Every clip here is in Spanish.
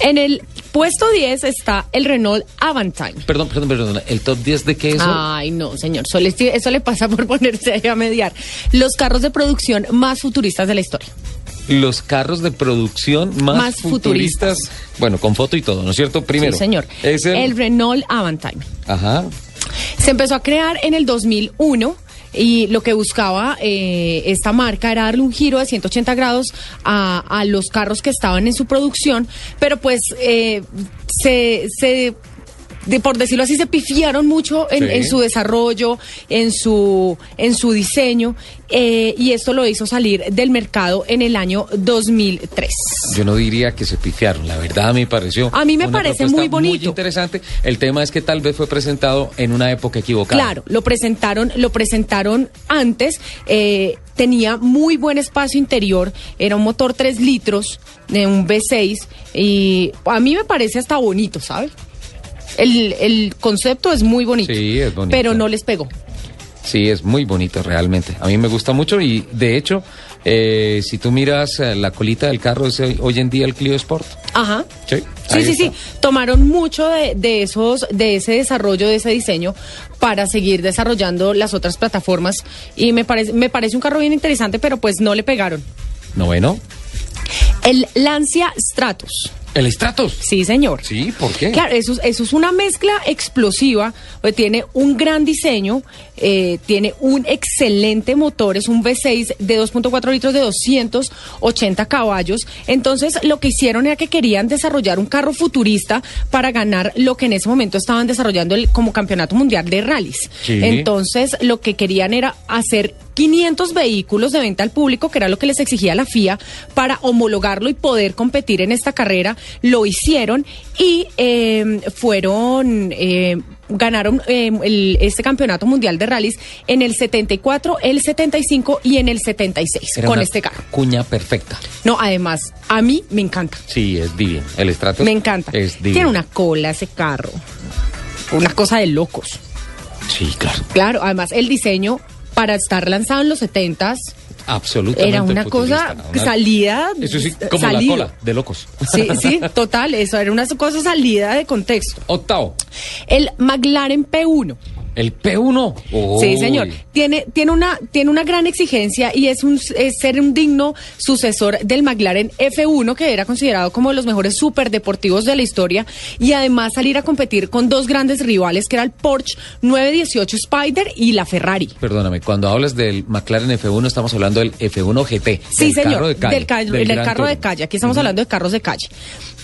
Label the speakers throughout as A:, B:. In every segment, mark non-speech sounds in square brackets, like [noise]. A: En el puesto 10 está el Renault Avantime.
B: Perdón, perdón, perdón. ¿El top 10 de qué es?
A: Ay, no, señor. Eso le, eso le pasa por [laughs] ponerse ahí a mediar. Los carros de producción más futuristas de la historia.
B: Los carros de producción más,
A: Más
B: futuristas.
A: futuristas.
B: Bueno, con foto y todo, ¿no es cierto? Primero.
A: Sí, señor.
B: Es el...
A: el Renault Avantime.
B: Ajá.
A: Se empezó a crear en el 2001 y lo que buscaba eh, esta marca era darle un giro de 180 grados a, a los carros que estaban en su producción, pero pues eh, se... se- de- por decirlo así, se pifiaron mucho en,
B: Sí.
A: en su desarrollo, en su, en su diseño, eh, y esto lo hizo salir del mercado en el año 2003.
B: Yo no diría que se pifiaron, la verdad me pareció.
A: A mí me
B: una
A: parece
B: propuesta
A: muy bonito.
B: Muy interesante. El tema es que tal vez fue presentado en una época equivocada.
A: Claro, lo presentaron, lo presentaron antes. eh, tenía muy buen espacio interior. Era un motor 3 litros de un V6 y a mí me parece hasta bonito, ¿sabe? El, el concepto es muy bonito.
B: Sí, es bonito.
A: Pero no les pegó.
B: Sí, es muy bonito realmente. A mí me gusta mucho y de hecho, eh, si tú miras eh, la colita del carro, es eh, hoy en día el Clio Sport.
A: Ajá.
B: Sí,
A: Sí,
B: ahí
A: sí,
B: está.
A: sí. Tomaron mucho de, de esos, de ese desarrollo, de ese diseño, para seguir desarrollando las otras plataformas. Y me parece, me parece un carro bien interesante, pero pues no le pegaron.
B: Noveno,
A: El Lancia Stratos.
B: el Stratos.
A: Sí, señor.
B: Sí, ¿por qué?
A: Claro, eso, es- eso es una mezcla explosiva, porque tiene un gran diseño, eh, tiene un excelente motor, es un V6 de 2.4 litros de 280 caballos. Entonces, lo que hicieron era que querían desarrollar un carro futurista para ganar lo que en ese momento estaban desarrollando el- como campeonato mundial de rallies.
B: Sí.
A: Entonces, lo que querían era hacer 500 vehículos de venta al público, que era lo que les exigía la FIA, para homologarlo y poder competir en esta carrera. Lo hicieron y eh, fueron... eh, ganaron eh, el- este campeonato mundial de rallies en el 74, el 75 y en el 76
B: Era
A: con
B: una
A: este carro.
B: Cuña perfecta.
A: No, además, a mí me encanta.
B: Sí, es divino. El Stratos.
A: Me encanta.
B: Pues, Es divino.
A: Tiene una cola ese carro. Una cosa de locos.
B: Sí, claro.
A: Claro, además el diseño para estar lanzado en los 70s
B: Absolutamente.
A: era una
B: futurista,
A: cosa
B: ¿no? Una-
A: salida.
B: Eso sí, como
A: salido.
B: la cola de locos.
A: Sí,
B: [laughs]
A: sí, total, eso era una cosa salida de contexto.
B: Octavo,
A: El McLaren P1.
B: el P1.
A: Sí,
B: Uy.
A: señor. Tiene, tiene, una, tiene una gran exigencia y es, un, es ser un digno sucesor del McLaren F1, que era considerado como de los mejores superdeportivos de la historia, y además salir a competir con dos grandes rivales, que era el Porsche 918 Spider y la Ferrari.
B: Perdóname, cuando hablas del McLaren F1 estamos hablando del F1 GT.
A: Sí,
B: del
A: señor.
B: Carro de calle,
A: del, ca- del
B: gran
A: carro de
B: turismo.
A: calle. Aquí estamos hablando de carros de calle.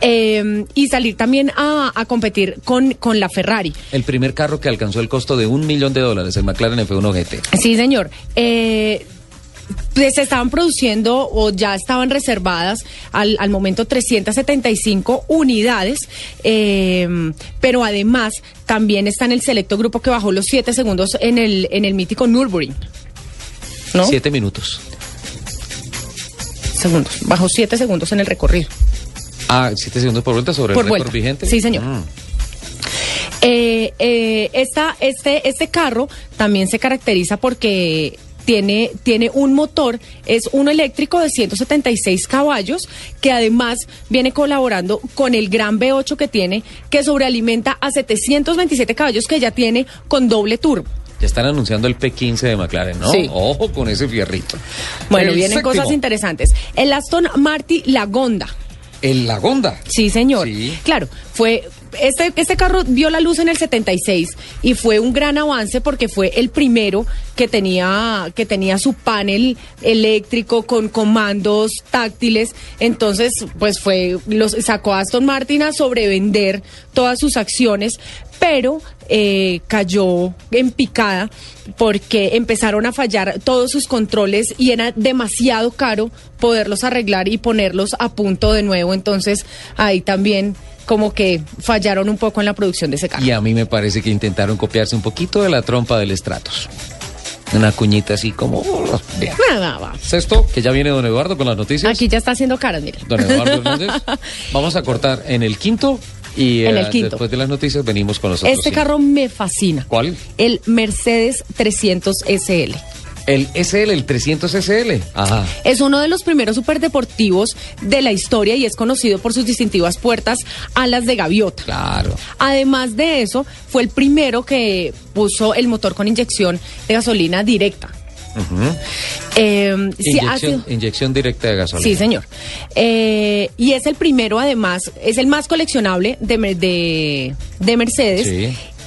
A: Eh, y salir también a, a competir con, con la Ferrari.
B: El primer carro que alcanzó el costo de un millón de dólares, el McLaren F1 GT.
A: Sí, señor. Eh, pues se estaban produciendo o ya estaban reservadas al, al momento 375 unidades, eh, pero además también está en el selecto grupo que bajó los 7 segundos en el, en el mítico Nürburgring. ¿No?
B: Siete minutos.
A: segundos. Bajó 7 segundos en el recorrido.
B: Ah, siete segundos por vuelta sobre
A: Por
B: el récord
A: vuelta.
B: vigente.
A: Sí, señor.
B: Ah,
A: Eh, eh, esta, este, este carro también se caracteriza porque tiene, tiene un motor, es uno eléctrico de 176 caballos, que además viene colaborando con el gran V8 que tiene, que sobrealimenta a 727 caballos que ya tiene con doble turbo.
B: ya están anunciando el P15 de McLaren, ¿no?
A: Sí.
B: Ojo con ese fierrito.
A: Bueno,
B: El
A: vienen
B: séptimo,
A: cosas interesantes. El Aston Martin Lagonda.
B: El Lagonda.
A: Sí, señor.
B: Sí.
A: Claro, fue este este carro vio la luz en el 76 y fue un gran avance porque fue el primero que tenía que tenía su panel eléctrico con comandos táctiles, entonces pues fue los sacó a Aston Martin a sobrevender todas sus acciones, pero eh, cayó en picada porque empezaron a fallar todos sus controles y era demasiado caro poderlos arreglar y ponerlos a punto de nuevo. Entonces ahí también como que fallaron un poco en la producción de ese carro.
B: Y a mí me parece que intentaron copiarse un poquito de la trompa del Stratos. Una cuñita así como... "Oh, Bien.
A: Nada, va.
B: Sexto, que ya viene don Eduardo con las noticias.
A: Aquí ya está haciendo caras, mira.
B: Don
A: [laughs]
B: Eduardo Hernández. Vamos a cortar en el quinto y
A: En el
B: eh,
A: quinto.
B: después de las noticias venimos con nosotros.
A: Este carro me fascina.
B: ¿Cuál?
A: El Mercedes 300 SL.
B: El SL, el 300 SL. Ajá.
A: Es uno de los primeros superdeportivos de la historia y es conocido por sus distintivas puertas alas de gaviota.
B: Claro.
A: Además de eso, fue el primero que puso el motor con inyección de gasolina directa. Eh, sí, ha
B: Inyección,
A: sido-
B: inyección directa de gasolina.
A: Sí, señor. Eh, y es el primero, además, es el más coleccionable de, Mer- de, de Mercedes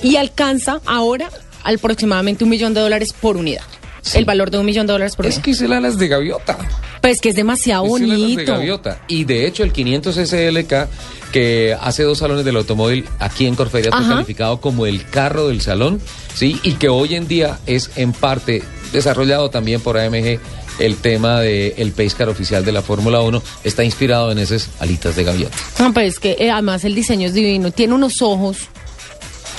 B: Sí.
A: y alcanza ahora aproximadamente un millón de dólares por unidad.
B: Sí.
A: El valor de un millón de dólares por
B: Es
A: unidad.
B: que es el alas de gaviota.
A: Pues que es demasiado
B: Es el alas de
A: bonito.
B: gaviota. Y de hecho, el 500 SLK, que hace dos salones del automóvil aquí en Corferia, fue
A: Ajá.
B: calificado como el carro del salón, ¿sí? Y que hoy en día es en parte desarrollado también por AMG. El tema del el pace car oficial de la Fórmula 1 está inspirado en esas alitas de gaviota.
A: No, pero es que eh, además el diseño es divino. Tiene unos ojos.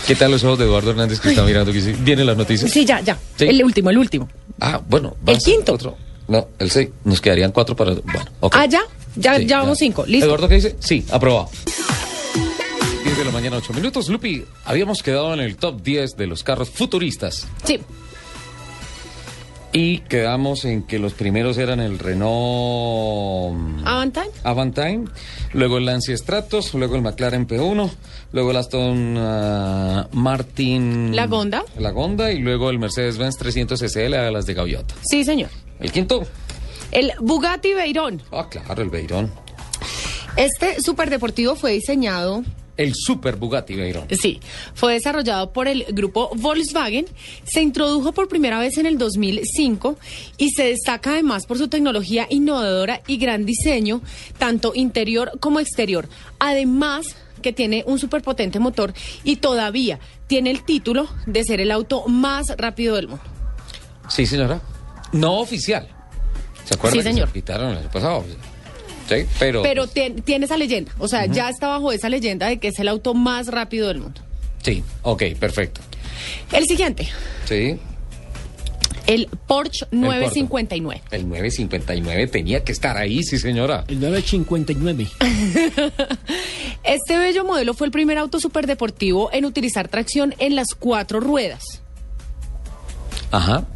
B: ¿Qué tal los ojos de Eduardo Hernández que está mirando? Que sí? ¿Vienen las noticias?
A: Sí, ya, ya.
B: Sí.
A: El último, el último.
B: Ah, bueno. va
A: ¿El
B: a ser
A: quinto?
B: otro. No, el 6. Nos quedarían cuatro para... Bueno, ok.
A: Ah, ya. Ya,
B: Sí,
A: ya vamos cinco. Listo.
B: ¿Eduardo qué dice? Sí, aprobado. 10 de la mañana, 8 minutos. Lupi, habíamos quedado en el top 10 de los carros futuristas.
A: Sí.
B: Y quedamos en que los primeros eran el Renault...
A: Avantime.
B: Avantime, luego el Lancia Stratos, luego el McLaren P1, luego el Aston ah, Martin...
A: La Gonda.
B: La Gonda y luego el Mercedes-Benz 300 SL a las de Gaviota.
A: Sí, señor.
B: El quinto,
A: El Bugatti Veyron.
B: ah, claro, el Beirón.
A: Este superdeportivo fue diseñado
B: El Super Bugatti Beirón.
A: Sí, fue desarrollado por el grupo Volkswagen, se introdujo por primera vez en el 2005 y se destaca además por su tecnología innovadora y gran diseño, tanto interior como exterior. Además que tiene un superpotente motor y todavía tiene el título de ser el auto más rápido del mundo.
B: Sí, señora. No oficial. ¿Se acuerdan?
A: Sí,
B: que
A: señor.
B: se quitaron el año pasado. Sí, pero...
A: Pero tien- tiene esa leyenda, o sea, ya está bajo esa leyenda de que es el auto más rápido del mundo.
B: Sí, ok, perfecto.
A: El siguiente,
B: Sí.
A: el Porsche
B: el
A: 959.
B: cuarto. El 959 tenía que estar ahí, sí, señora.
C: El 959.
A: Este bello modelo fue el primer auto superdeportivo en utilizar tracción en las cuatro ruedas,
B: Ajá.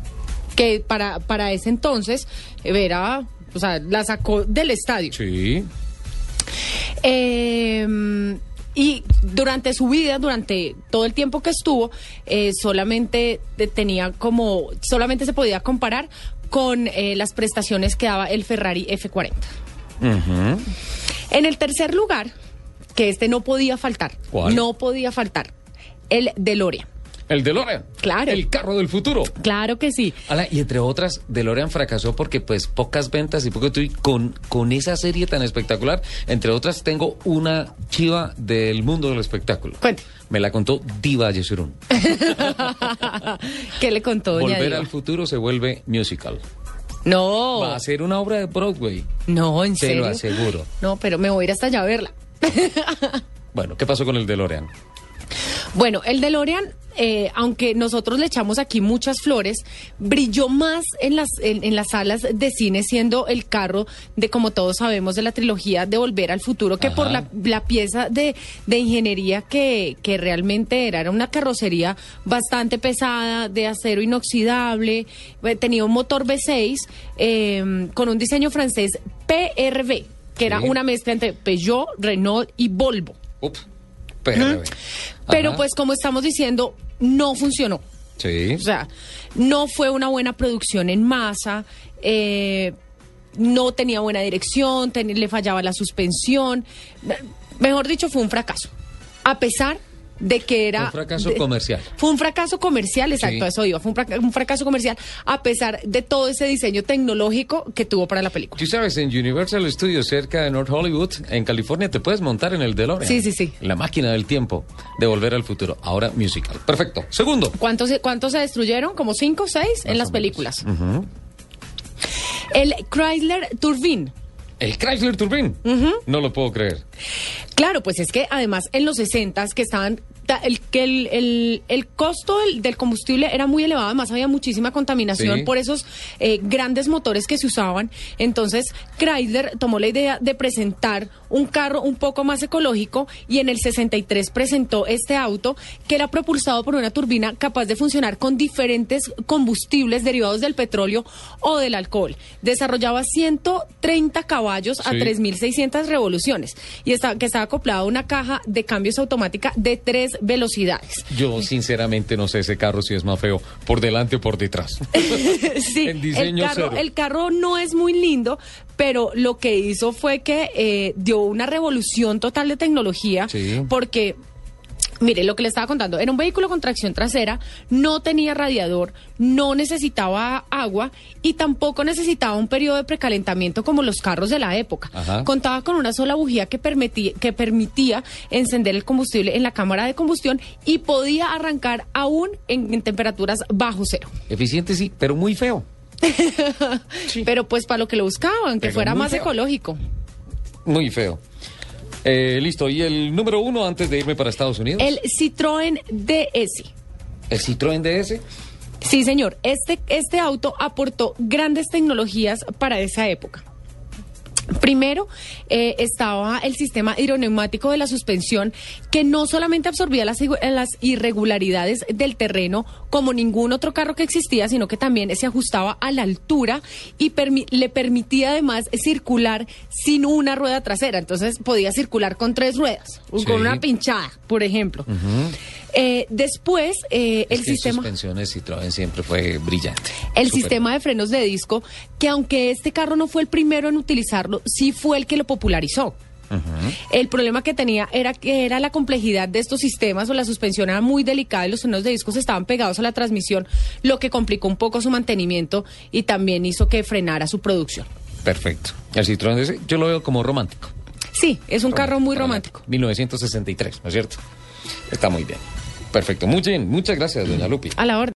A: que para, para ese entonces eh, era, o sea, la sacó del estadio.
B: Sí.
A: Eh, y durante su vida, durante todo el tiempo que estuvo, eh, solamente de- tenía como, solamente se podía comparar con eh, las prestaciones que daba el Ferrari F40.
B: Ujú.
A: En el tercer lugar, que este no podía faltar,
B: ¿Cuál?
A: no podía faltar, el DeLorean.
B: El DeLorean.
A: Claro.
B: El carro del futuro.
A: Claro que sí.
B: Ala, y entre otras, DeLorean fracasó porque pues pocas ventas y poco tuve con, con esa serie tan espectacular. Entre otras, tengo una chiva del mundo del espectáculo.
A: Cuente.
B: Me la contó Diva Yesurún.
A: [laughs] ¿Qué le contó doña
B: Volver
A: Diva?
B: al futuro se vuelve musical.
A: No.
B: Va a ser una obra de Broadway.
A: No, en
B: Te
A: serio.
B: lo aseguro.
A: No, pero me voy a ir hasta allá a verla.
B: Bueno, ¿qué pasó con el DeLorean?
A: Bueno, el DeLorean, eh, aunque nosotros le echamos aquí muchas flores, brilló más en las, en, en las salas de cine, siendo el carro de, como todos sabemos, de la trilogía de Volver al Futuro, que
B: Ajá.
A: por la, la pieza de, de ingeniería que, que realmente era. Era una carrocería bastante pesada, de acero inoxidable, eh, tenía un motor V6 eh, con un diseño francés PRV, que era
B: Sí.
A: una mezcla entre Peugeot, Renault y Volvo.
B: Up, PRB.
A: Pero
B: Ajá.
A: pues como estamos diciendo, no funcionó.
B: Sí.
A: O sea, no fue una buena producción en masa, eh, no tenía buena dirección, ten- le fallaba la suspensión. Me- Mejor dicho, fue un fracaso. A pesar de que era...
B: Un fracaso
A: de-
B: comercial.
A: Fue un fracaso comercial, exacto,
B: Sí.
A: a eso iba. Fue un, fraca- un fracaso comercial a pesar de todo ese diseño tecnológico que tuvo para la película.
B: Tú sabes, en Universal Studios, cerca de North Hollywood, en California, te puedes montar en el DeLorean.
A: Sí, sí, sí.
B: La máquina del tiempo de volver al futuro. Ahora musical. Perfecto. Segundo.
A: ¿Cuántos, se- cuántos se destruyeron? ¿Como cinco o seis
B: Más
A: en las
B: o menos.
A: películas?
B: Ujú.
A: El Chrysler Turbine.
B: El Chrysler Turbine. No lo puedo creer.
A: Claro, pues es que además en los 60 que estaban ta- el, que el, el- el costo del, del combustible era muy elevado, además había muchísima contaminación
B: Sí.
A: por esos eh, grandes motores que se usaban. Entonces, Chrysler tomó la idea de presentar un carro un poco más ecológico y en el 63 presentó este auto que era propulsado por una turbina capaz de funcionar con diferentes combustibles derivados del petróleo o del alcohol. Desarrollaba 130 caballos a
B: Sí.
A: 3.600 revoluciones y está, que estaba acoplado a una caja de cambios automática de tres velocidades.
B: Yo sinceramente no sé ese carro si es más feo, por delante o por
A: [laughs]
B: detrás.
A: sí,
B: En diseño
A: el, carro,
B: cero.
A: el carro no es muy lindo, pero lo que hizo fue que eh, dio una revolución total de tecnología,
B: Sí.
A: porque... Mire, lo que le estaba contando, era un vehículo con tracción trasera, no tenía radiador, no necesitaba agua y tampoco necesitaba un periodo de precalentamiento como los carros de la época.
B: Ajá.
A: Contaba con una sola bujía que permitía, que permitía encender el combustible en la cámara de combustión y podía arrancar aún en- en temperaturas bajo cero.
B: Eficiente sí, pero muy feo. Sí.
A: Pero pues para lo que lo buscaban, que
B: Pero
A: fuera
B: muy
A: más
B: feo.
A: ecológico.
B: Muy feo. Eh, listo, y el número uno antes de irme para Estados Unidos.
A: El Citroën DS.
B: El Citroën DS.
A: Sí, señor. Este, este auto aportó grandes tecnologías para esa época. Primero eh, estaba el sistema hidroneumático de la suspensión que no solamente absorbía las, igu- las irregularidades del terreno como ningún otro carro que existía, sino que también se ajustaba a la altura y permi- le permitía además circular sin una rueda trasera. Entonces podía circular con tres ruedas, o
B: Sí.
A: con una pinchada, por ejemplo. Eh, después eh,
B: Es
A: el
B: que en
A: sistema...
B: suspensiones Citroën siempre fue brillante.
A: El
B: Súper.
A: sistema de frenos de disco, que aunque este carro no fue el primero en utilizarlo, sí fue el que lo popularizó. El problema que tenía era que era la complejidad de estos sistemas o la suspensión era muy delicada y los frenos de discos estaban pegados a la transmisión, lo que complicó un poco su mantenimiento y también hizo que frenara su producción.
B: Perfecto. El Citroën DS yo lo veo como romántico.
A: Sí, es un carro muy romántico.
B: 1963, ¿no es cierto? Está muy bien. Perfecto. Muy bien. Muchas gracias, doña Lupi.
A: A la orden.